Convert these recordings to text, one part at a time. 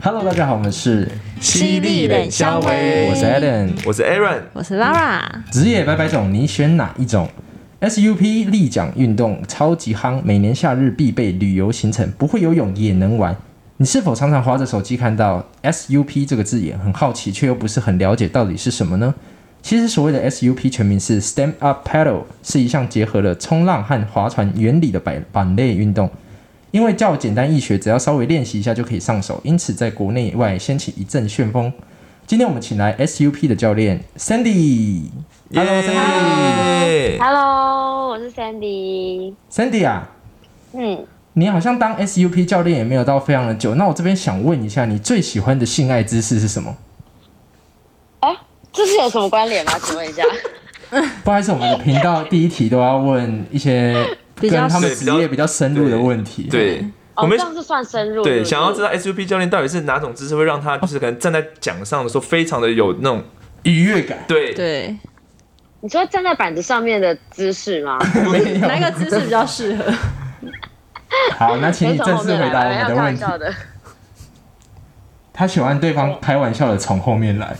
Hello，大家好，我们是犀利冷香我微是 Allen，我是 Aaron，我是 Lara，职业百百种，你选哪一种？SUP 立桨运动超级夯，每年夏日必备旅游行程，不会游泳也能玩。你是否常常划着手机看到 SUP 这个字眼，很好奇却又不是很了解到底是什么呢？其实所谓的 SUP 全名是 Stand Up Paddle，是一项结合了冲浪和划船原理的板板类运动。因为较简单易学，只要稍微练习一下就可以上手，因此在国内外掀起一阵旋风。今天我们请来 SUP 的教练 Sandy。Hello 耶 Hello，我是 Sandy。 Sandy，Sandy 啊，嗯，你好像当 SUP 教练也没有到非常的久，那我这边想问一下，你最喜欢的性爱姿势是什么？哎、这是有什么关联吗？请问一下。不好意思，我们的频道第一题都要问一些比跟较他们对职比较业比较深入的问题。对， 我哦，这们样是算深入。对想要知道。道 SUP 教练到底是哪种姿势会让他就是可能站在桨上的时候非常的有那种愉悦 感。对对，你说站在板子上面的姿势吗？没有哪个姿势比较适合？好，那 请先你从正后式面回来答吧，我们的没有开问玩题。笑的。 他喜欢对方开玩笑的从后面来。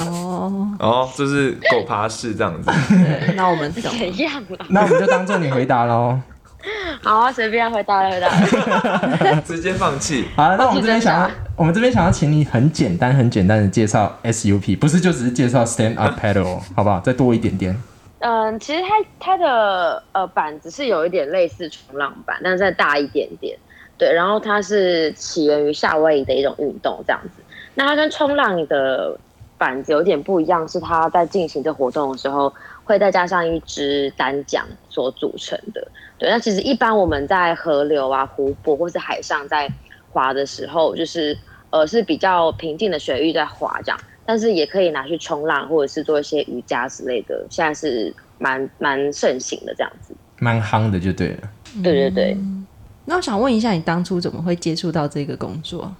哦，哦，就是狗爬式这样 子。对，那我们懂。怎样啊？那我们就当做你回答喽。 好啊，随便回答了回答了。直接放弃。好了，那我们这边想要我啊记，我们这边想要请你很简单、很简单的介绍 SUP，不是就只是介绍 Stand Up Paddle，哦好不好？再多一点点。嗯，其实它它的呃板子是有一点类似冲浪板，但是再大一点点。对，然后它是起源于夏威夷的一种运动，这样子。那它跟冲浪的板子有点不一样，是它在进行这活动的时候会再加上一支单桨所组成的。对，那其实一般我们在河流啊、湖泊或是海上在滑的时候，就是呃是比较平静的水域在滑这样，但是也可以拿去冲浪或者是做一些瑜伽之类的，现在是蛮蛮盛行的这样子。蛮夯的就对了。 对对对。嗯那我想问一下，你当初怎么会接触到这个工作？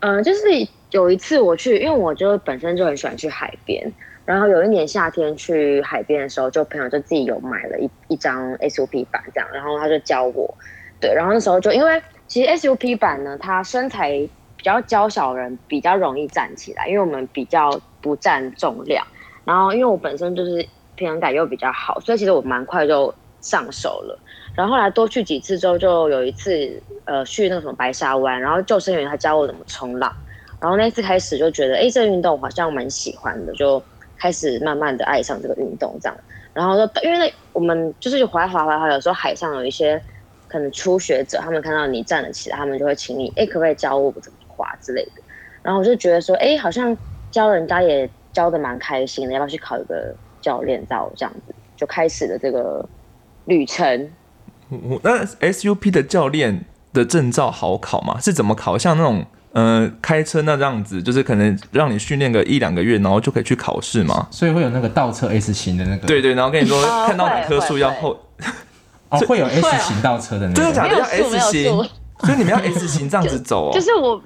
嗯，就是有一次我去，因为我就本身就很喜欢去海边，然后有一年夏天去海边的时候，就朋友就自己有买了一一张 SUP 板这样，然后他就教我，对，然后那时候就因为其实 SUP 板呢，它身材比较娇小的人比较容易站起来，因为我们比较不占重量，然后因为我本身就是平衡感又比较好，所以其实我蛮快就上手了。然后后来多去几次之后，就有一次呃去那个什么白沙湾，然后救生员他教我怎么冲浪，然后那次开始就觉得，哎，这个运动我好像蛮喜欢的，就开始慢慢的爱上这个运动这样。然后就因为那我们就是滑一滑滑一滑，有时候海上有一些可能初学者，他们看到你站了起来，他们就会请你，哎，可不可以教我怎么滑之类的。然后我就觉得说，哎，好像教人家也教的蛮开心的，要不要去考一个教练照这样子，就开始了这个旅程。那 SUP 的教练的证照好考吗？是怎么考？像那种呃开车那样子，就是可能让你训练个一两个月，然后就可以去考试吗？所以会有那个倒车 S 型的那个，对对，然后跟你说呃看到哪棵树要会后，哦，会有 S 型倒车的那真的个。假的？没有要树 S 没有型树， 所以你们要 S 型这样子走哦。就是我，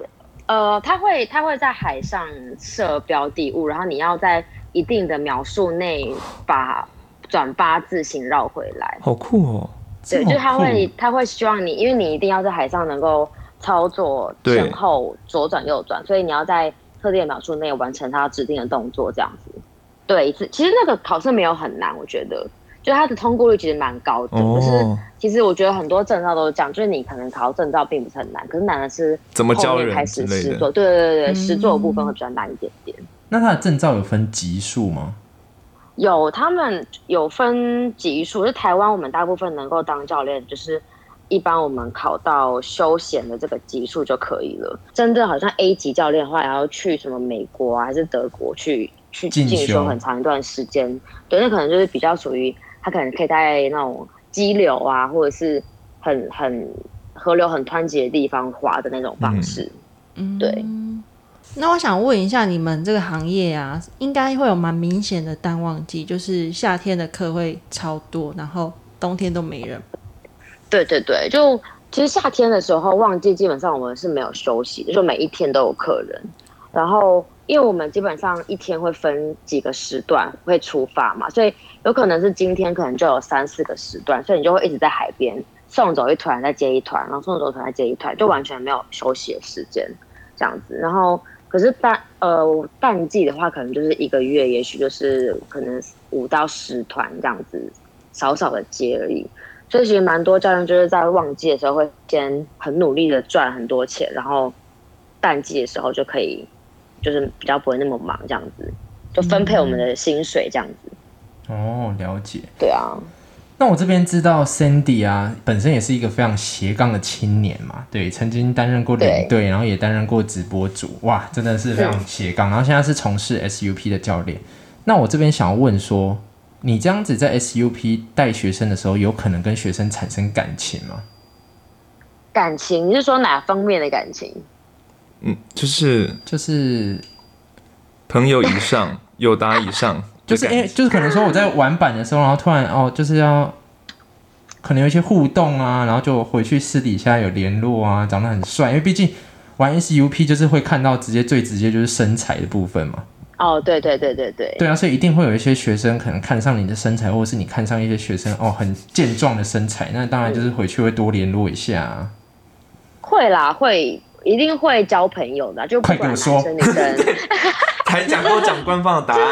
呃，他会他会在海上设标的物，然后你要在一定的秒数内把转八字形绕回来。好酷哦！对，这么就是他酷会他会希望你，因为你一定要在海上能够操作对前后左转右转，所以你要在特定的秒数内完成他指定的动作，这样子。对，一次其实那个考试没有很难，我觉得，就它的通过率其实蛮高的。可是哦，其实我觉得很多证照都是这样，就是你可能考到证照并不是很难，可是难的是怎么教后人面开始之类的实做，对对对对，嗯实做的部分会比较难一点点。那它的证照有分级数吗？有他们有分级数，就台湾我们大部分能够当教练，就是一般我们考到休闲的这个级数就可以了。真正好像 A 级教练的话，也要去什么美国啊，还是德国去去进进修修很长一段时间。对，那可能就是比较属于他可能可以在那种激流啊，或者是很很河流很湍急的地方滑的那种方式。嗯，对。那我想问一下，你们这个行业啊，应该会有蛮明显的淡旺季，就是夏天的课会超多，然后冬天都没人。对对对，就其实夏天的时候，旺季基本上我们是没有休息的，就每一天都有客人。然后，因为我们基本上一天会分几个时段会出发嘛，所以有可能是今天可能就有三四个时段，所以你就会一直在海边送走一团，再接一团，然后送走一团再接一团，就完全没有休息的时间。这样子。然后可是淡呃淡季的话，可能就是一个月，也许就是可能五到十团这样子，少少的接而已。所以其实蛮多教练就是在旺季的时候会先很努力的赚很多钱，然后淡季的时候就可以就是比较不会那么忙这样子，就分配我们的薪水这样子。哦，了解。对啊，那我这边知道 Sandy 啊，本身也是一个非常斜杠的青年嘛，对，曾经担任过领队，然后也担任过直播主，哇，真的是非常斜杠。然后现在是从事 SUP 的教练。那我这边想要问说，你这样子在 SUP 带学生的时候，有可能跟学生产生感情吗？感情你是说哪方面的感情？嗯，就是就是朋友以上，友达以 上，就是因哎为，就是可能说我在玩板的时候，然后突然哦，就是要可能有一些互动啊，然后就回去私底下有联络啊，长得很帅，因为毕竟玩 SUP 就是会看到直接最直接就是身材的部分嘛。哦，对对对对对，对啊，所以一定会有一些学生可能看上你的身材，或者是你看上一些学生哦很健壮的身材，那当然就是回去会多联络一下、啊。会啦，会一定会交朋友的啊，就不快给管我男说生女生， 还讲给我讲官方的答 案，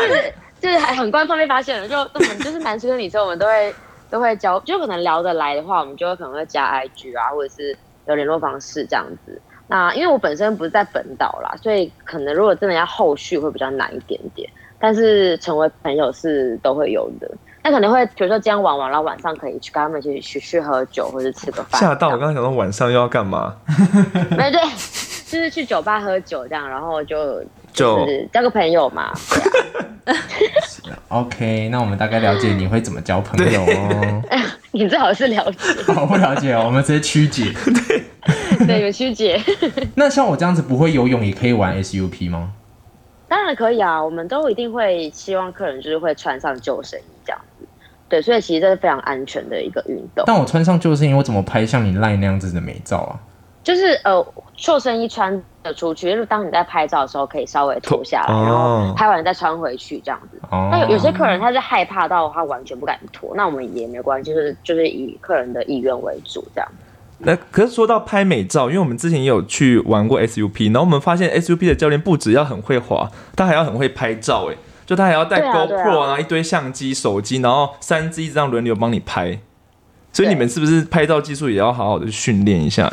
就是还很官方被发现了，就我们就是男生跟女生，我们都会都会交，就可能聊得来的话，我们就会可能会加 IG 啊，或者是有联络方式这样子。那因为我本身不是在本岛啦，所以可能如果真的要后续会比较难一点点，但是成为朋友是都会有的。那可能会比如说今天玩完，然后晚上可以去跟他们一起去去喝酒或者吃个饭。吓到我！刚刚想到晚上又要干嘛？ 没对，就是去酒吧喝酒这样，然后就就就是交个朋友嘛。 OK，那我们大概了解你会怎么交朋友哦。你最好是了解，好，不了解哦，我们直接曲解。对，有 曲姐。那像我这样子不会游泳也可以玩 SUP 吗？当然可以啊，我们都一定会希望客人就是会穿上救生衣这样子。对，所以其实这是非常安全的一个运动，但我穿上救生衣，我怎么拍像你赖那样子的美照啊？就是呃，救生衣穿着出去，就是当你在拍照的时候可以稍微脱下来，脱然哦后拍完再穿回去这样子。哦，那有有些客人他是害怕到他完全不敢脱，那我们也没关系，就是就是以客人的意愿为主这样。那可是说到拍美照，因为我们之前也有去玩过 SUP，然后我们发现 SUP 的教练不只要很会滑，他还要很会拍照，哎，就他还要带对啊对啊 GoPro 啊，一堆相机、手机，然后三只一直这样轮流帮你拍。所以对你们是不是拍照技术也要好好的训练一下？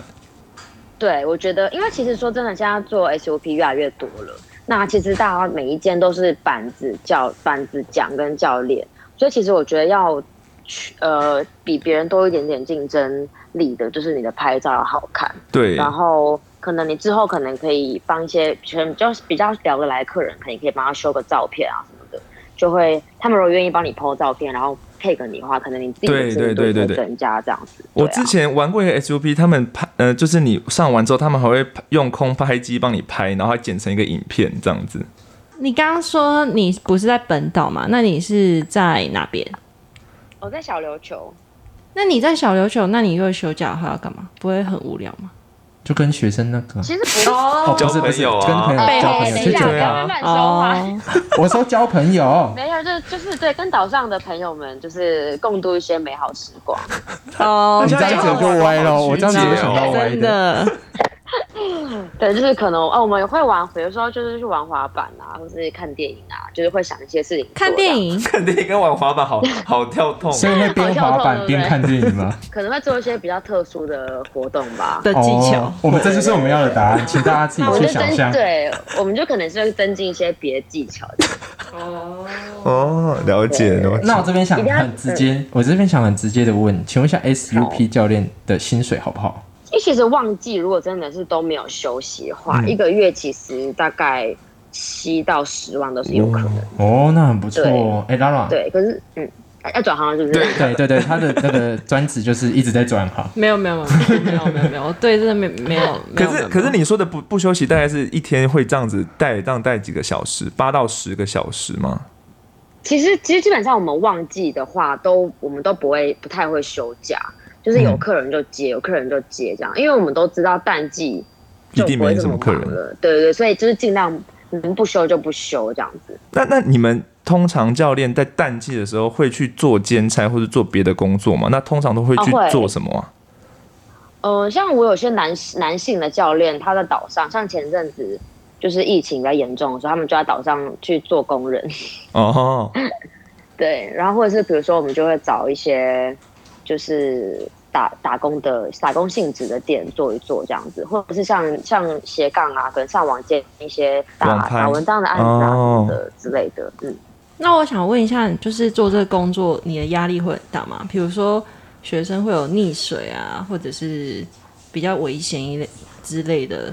对，我觉得，因为其实说真的，现在做 SOP 越来越多了。那其实大家每一间都是板子教、板子讲跟教练，所以其实我觉得要去呃比别人多一点点竞争力的，就是你的拍照要好看，对，然后可能你之后可能可以帮一些全就是比较聊得来的客人，可能可以帮他修个照片啊什么的，就会他们如果愿意帮你 PO 照片，然后 take 你的话，可能你自己的对知名对对度对会对增加这样子。我对啊之前玩过一个 SUP，他们拍，呃，就是你上完之后，他们还会拍用空拍机帮你拍，然后还剪成一个影片这样子。你刚刚说你不是在本岛嘛？那你是在哪边？我在小琉球。那你在小琉球，那你又休假的话要干嘛？不会很无聊吗？就跟学生那个其实不哦，不交是不是朋友啊跟朋友哎交朋友哎去酒等一吧下。乱说话。，哦我说交朋 友，没有，就是就是对，跟岛上的朋友们就是共度一些美好时光。哦你这样子有够歪咯，我这样子啊有想到歪真。的，对，就是可能哦，我们也会玩，比如说就是去玩滑板啊，或是看电影啊，就是会想一些事情。看电影，影肯定跟玩滑板 好好跳痛哦，所以会边滑好跳痛对板不对边看电影 吗？可能会做一些比较特殊的活动吧。的技巧哦，，我们这就是我们要的答案，请大家自己那我去们就想增象。对，我们就可能是会增进一些别的技巧。哦，了解了解。那我这边想很直接，我这边想很直接的问，请问一下 SUP 教练的薪水好不好？因为其实旺季如果真的是都没有休息的话，嗯一个月其实大概七到十万都是有可能。哦，那很不错哦。哎，拉拉，对，可是嗯，要转行了是不是？对对对对，他的那个专职就是一直在转行。没有没有没有没有没有没有，我对这没没有。没可有没是有可是你说的不不休息，大概是一天会这样子带这样带几个小时，八到十个小时吗？其实其实基本上我们旺季的话，都我们都不会不太会休假，就是有嗯客人就接，有客人就接这样，因为我们都知道淡季一就定不会没这什么客忙人。了，对对对，所以就是尽量能不休就不休这样子。那那你们通常教练在淡季的时候会去做兼差或者做别的工作吗？那通常都会去哦会做什么啊？呃，像我有些男男性的教练，他在岛上，像前阵子就是疫情比较严重的时候，他们就在岛上去做工人，哦，对，然后或者是比如说，我们就会找一些就是打打工的打工性质的店做一做这样子，或者是像像斜杠啊，跟上网接一些网打拍打文章的案子啊什哦么的之类的，嗯。那我想问一下，就是做这个工作，你的压力会很大吗？比如说学生会有溺水啊，或者是比较危险一类之类的。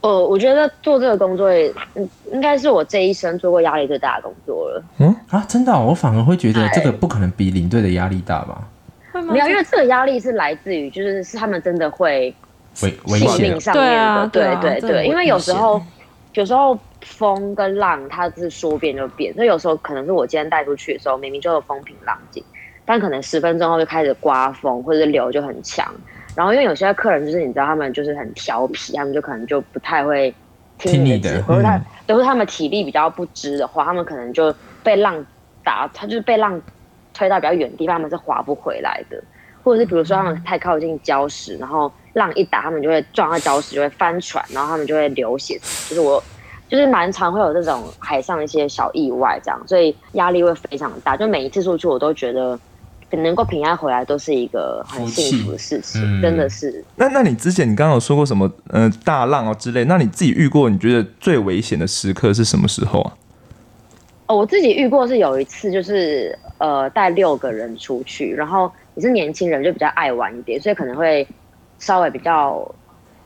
呃，我觉得做这个工作也，嗯，应该是我这一生做过压力最大的工作了。啊，真的哦、我反而会觉得这个不可能比领队的压力大吧？会吗没有，因为这个压力是来自于，就是是他们真的会危危性险命上面的，对对啊对啊对这很危对，因为有时候有时候风跟浪它是说变就变，所以有时候可能是我今天带出去的时候，明明就有风平浪静，但可能十分钟后就开始刮风或者是流就很强，然后因为有些客人就是你知道他们就是很调皮，他们就可能就不太会听听你你的的指挥，或者他嗯如果他们体力比较不支的话，他们可能就被浪打，他就是被浪推到比较远的地方，他们是划不回来的。或者是比如说他们太靠近礁石，然后浪一打，他们就会撞到礁石，就会翻船，然后他们就会流血。就是我，就是蛮常会有这种海上一些小意外这样，所以压力会非常大。就每一次出去，我都觉得能够平安回来都是一个很幸福的事情，福气嗯真的是。那那你之前你刚刚有说过什么呃大浪哦之类，那你自己遇过你觉得最危险的时刻是什么时候啊？哦，我自己遇过是有一次，就是呃带六个人出去，然后你是年轻人就比较爱玩一点，所以可能会稍微比较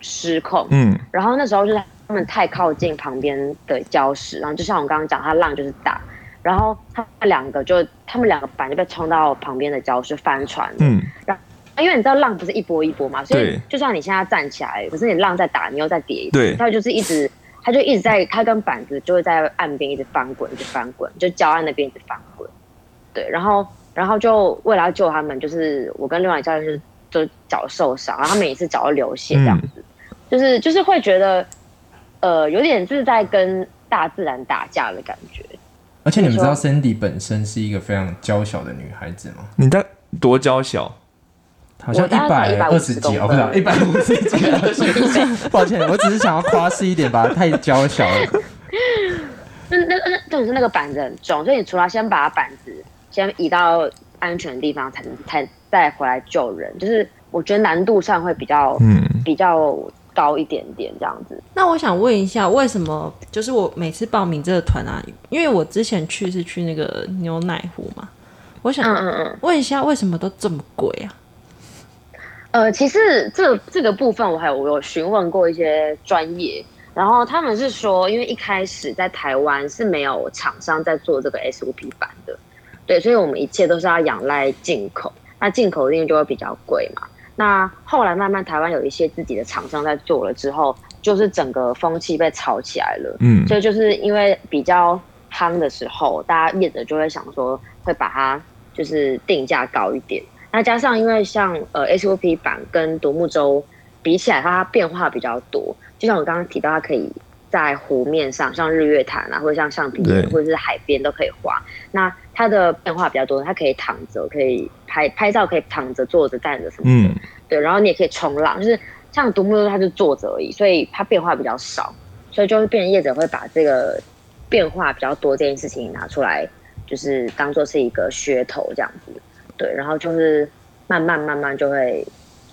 失控。嗯，然后那时候就是他们太靠近旁边的礁石，然后就像我刚刚讲，它浪就是大，然后他们两个就他们两个反正被冲到旁边的礁石翻船了。啊嗯，因为你知道浪不是一波一波嘛，所以对就算你现在站起来，可是你浪在打，你又在跌一波，对它就是一直，它就一直在，它跟板子就会在岸边一直翻滚，一直翻滚，就礁岸那边一直翻滚，对，然后然后就为了要救他们，就是我跟另外一个教练就是就脚受伤，然后他们也是脚会流血嗯这样子，就是就是会觉得，呃，有点是在跟大自然打架的感觉，而且你们知道你 Sandy 本身是一个非常娇小的女孩子吗？你在多娇小？好像我一大概百才二十150几，哦，不是一公百五十几 二十抱歉，我只是想要夸饰一点吧，太娇小了。那那那重点是那个板子很重，所以你除了先把板子先移到安全的地方才，才再回来救人，就是我觉得难度上会比较、嗯，比较高一点点这样子。那我想问一下，为什么就是我每次报名这个团啊？因为我之前去是去那个牛奶湖嘛，我想嗯嗯嗯。问一下，为什么都这么贵啊？呃，其实这这个部分我还有我有询问过一些专业，然后他们是说，因为一开始在台湾是没有厂商在做这个 SOP 版的，对，所以我们一切都是要仰赖进口，那进口一定就会比较贵嘛。那后来慢慢台湾有一些自己的厂商在做了之后，就是整个风气被炒起来了，嗯所以就是因为比较夯的时候，大家业者就会想说会把它就是定价高一点。那加上因为像呃 SOP 版跟独木舟比起来，它变化比较多。就像我刚刚提到，它可以在湖面上，像日月潭啊，或者像橡皮对岩，或者是海边都可以滑。那它的变化比较多，它可以躺着，可以拍拍照，可以躺着、坐着、站着什么的。嗯，对，然后你也可以冲浪，就是像独木舟它就坐着而已，所以它变化比较少，所以就会变成业者会把这个变化比较多这件事情拿出来，就是当做是一个噱头这样子，对，然后就是慢慢慢慢就会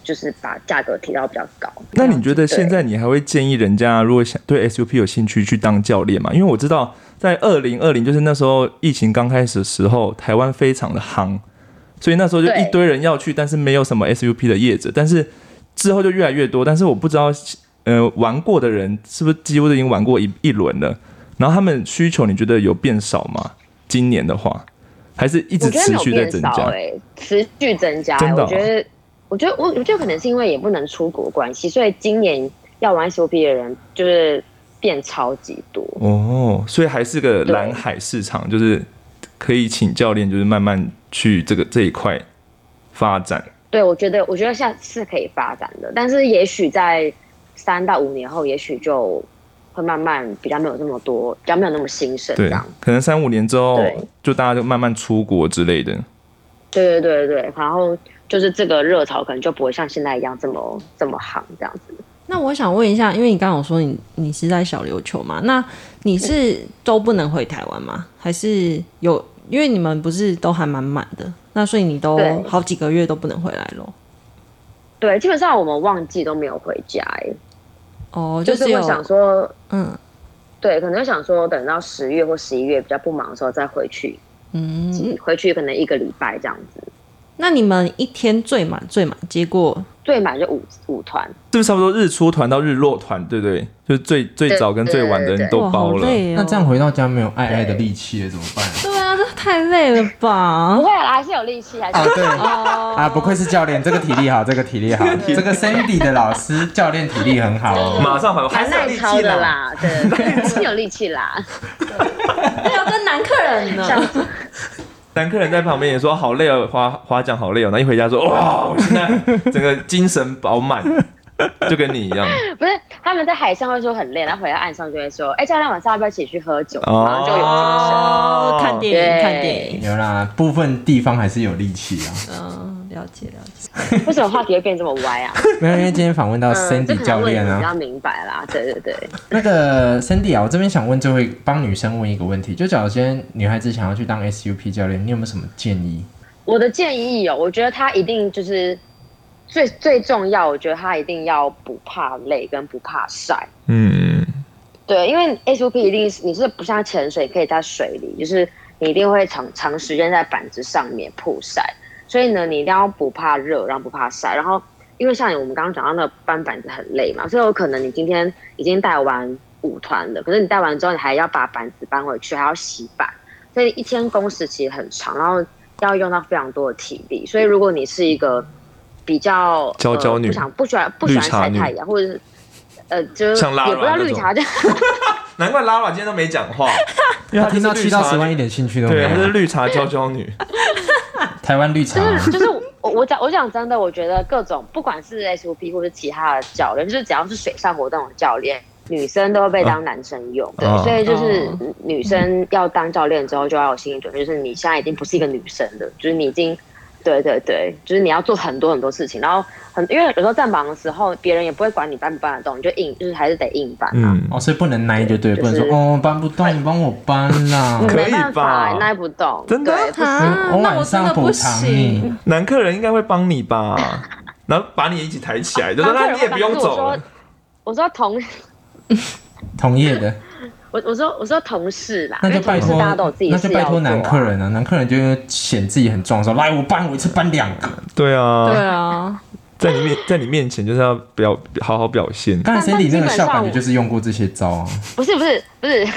就是把价格提到比较高。那你觉得现对啊在你还会建议人家如果想对 SUP 有兴趣去当教练吗？因为我知道在二零二零就是那时候疫情刚开始的时候，台湾非常的夯，所以那时候就对一堆人要去，但是没有什么 SUP 的业者，但是之后就越来越多，但是我不知道呃玩过的人是不是几乎都已经玩过一一轮了，然后他们需求你觉得有变少吗？今年的话，还是一直我觉得持没有续在变增少加？哎、持续增加、真的哦我觉得，我觉得我我觉得可能是因为也不能出国关系，所以今年要玩 SOP 的人就是变超级多。哦，所以还是个对蓝海市场，就是可以请教练，就是慢慢去这个这一块发展。对，我觉得，我觉得下次可以发展的，但是也许在三到五年后，也许就会慢慢比较没有那么多，比较没有那么兴盛这对样。，可能三五年之后对，就大家就慢慢出国之类的。对对对对，然后就是这个热潮可能就不会像现在一样这么这么行这样子。那我想问一下，因为你刚刚有说你你是在小琉球嘛，那你是都不能回台湾吗？还是有？因为你们不是都还蛮满的，那所以你都对好几个月都不能回来咯。对，基本上我们旺季都没有回家、欸，哦，就是是会有想说，嗯对，可能想说等到十月或十一月比较不忙的时候再回去，嗯，回去可能一个礼拜这样子，那你们一天最满最满，结果最满就五五团，是不是差不多日出团到日落团，对不对？就是最最早跟最晚的人都哇好包了。累哦。那这样回到家没有爱爱的力气了，怎么办？对啊，太累了吧 不？会啦，还是有力气，还是、啊，对哦啊，不愧是教练，这个体力好，这个体力 好，这个 Sandy 的老师教练体力很好哦。马上还还蛮是有耐力操气的的。啦，对，对是有力气啦。还有跟男客人呢， 男客人在旁边也说好累哦，花花奖好累哦。然后一回家说哇，我现在整个精神饱满，就跟你一样。不是，他们在海上会说很累，然后回到岸上就会说，哎、教练晚上要不要一起去喝酒？然后就有精神。哦，看电影对看电影，有啦，部分地方还是有力气 啊。嗯，了解了解。为什么话题会变这么歪啊？没有，因为今天访问到嗯，这 Sandy 可教能问练你比啊较。明白啦。对对对，那个 Sandy 啊，我这边想问最后一帮女生问一个问题，就假如今天女孩子想要去当 SUP 教练，你有没有什么建议？我的建议哦，我觉得他一定就是最最重要，我觉得他一定要不怕累跟不怕晒。嗯，对，因为 SUP 一定是你是不像潜水可以在水里，就是你一定会长长时间在板子上面曝晒，所以呢，你一定要不怕热，然后不怕晒，然后因为像我们刚刚讲到那个搬板子很累嘛，所以有可能你今天已经带完五团了，可是你带完之后你还要把板子搬回去，还要洗板，所以一天工时其实很长，然后要用到非常多的体力，所以如果你是一个比较娇娇女呃、不想不喜欢不喜欢绿茶晒女太阳，或者是呃，就是像拉也不知拉道那绿种茶就。难怪拉拉今天都没讲 话，因为他她就听是到绿七茶到十万一点兴趣都没对，她是有。绿茶娇娇女。台湾绿茶啊， 就是我我讲我讲真的，我觉得各种不管是 SUP 或是其他的教练，就是只要是水上活动的教练，女生都会被当男生用。对，嗯啊所以就是哦女生要当教练之后，就要有心理准备，就是你现在已经不是一个女生了，就是你已经。对对对，就是你要做很多很多事情，然后很因为有时候在忙的时候，别人也不会管你搬不搬得动，你就硬就是还是得硬搬啊。嗯，哦，所以不能奶就对，就是不能说哦搬不动，你帮我搬啦你。嗯可没以办吧法，你耐不动，真的对不行啊我那我晚真的上不补偿你行。。男客人应该会帮你吧，然后把你一起抬起来，就说然后那你也不用走我了说。我说同同业 的，我我说我说同事啦，那就因为同拜事托，大家都有自己那的事就要拜托做啊男客。人啊，男客人就显自己很壮，说来我搬，我一次搬两个。对对啊，啊，在你面在你面前就是要表好好表现。刚才但 Sandy 那个基本笑上感觉我就是用过这些招啊。不是不是不是，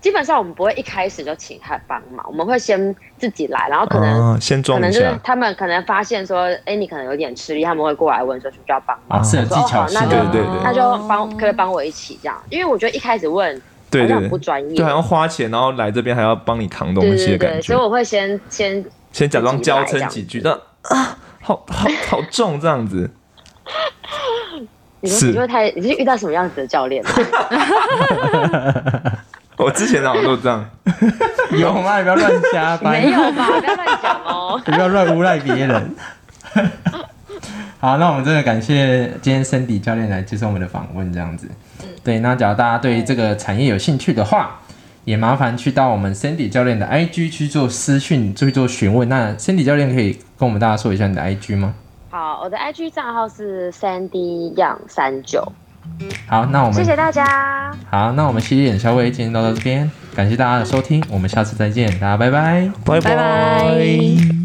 基本上我们不会一开始就请他帮忙，我们会先自己来，然后可哦能、啊，先可装能一就是下，他们可能发现说，哎，你可能有点吃力，他们会过来问说需不需要帮忙。啊，是有技说哦巧好，性那的。就对对对那就帮，可不可以帮我一起这样？因为我觉得一开始问对好像对很不对，专业，对，好啊像花钱然后来这边还要帮你扛东对西的对感对，所觉以，我会先先先假装娇自嗔己来几句，但啊，好好好重这样子，你是说你就太你是遇到什么样子的教 练了？我之前好像都这样，有吗？你不要乱加班，没有吧？不要乱讲哦。不要乱诬赖别人。 好，那我们真的感谢今天 Cindy 教练来接受我们的访问，这样子。嗯对，那假如大家对这个产业有兴趣的话，也麻烦去到我们 Cindy 教练的 IG 去做私讯，去做询问。那 Cindy 教练可以跟我们大家说一下你的 IG 吗？好，我的 IG 账号是 Sandy Yang 三九，好，那我谢们谢大家，好，那我们西点消费今天到这边，感谢大家的收听，我们下次再见，大家拜拜。拜拜拜。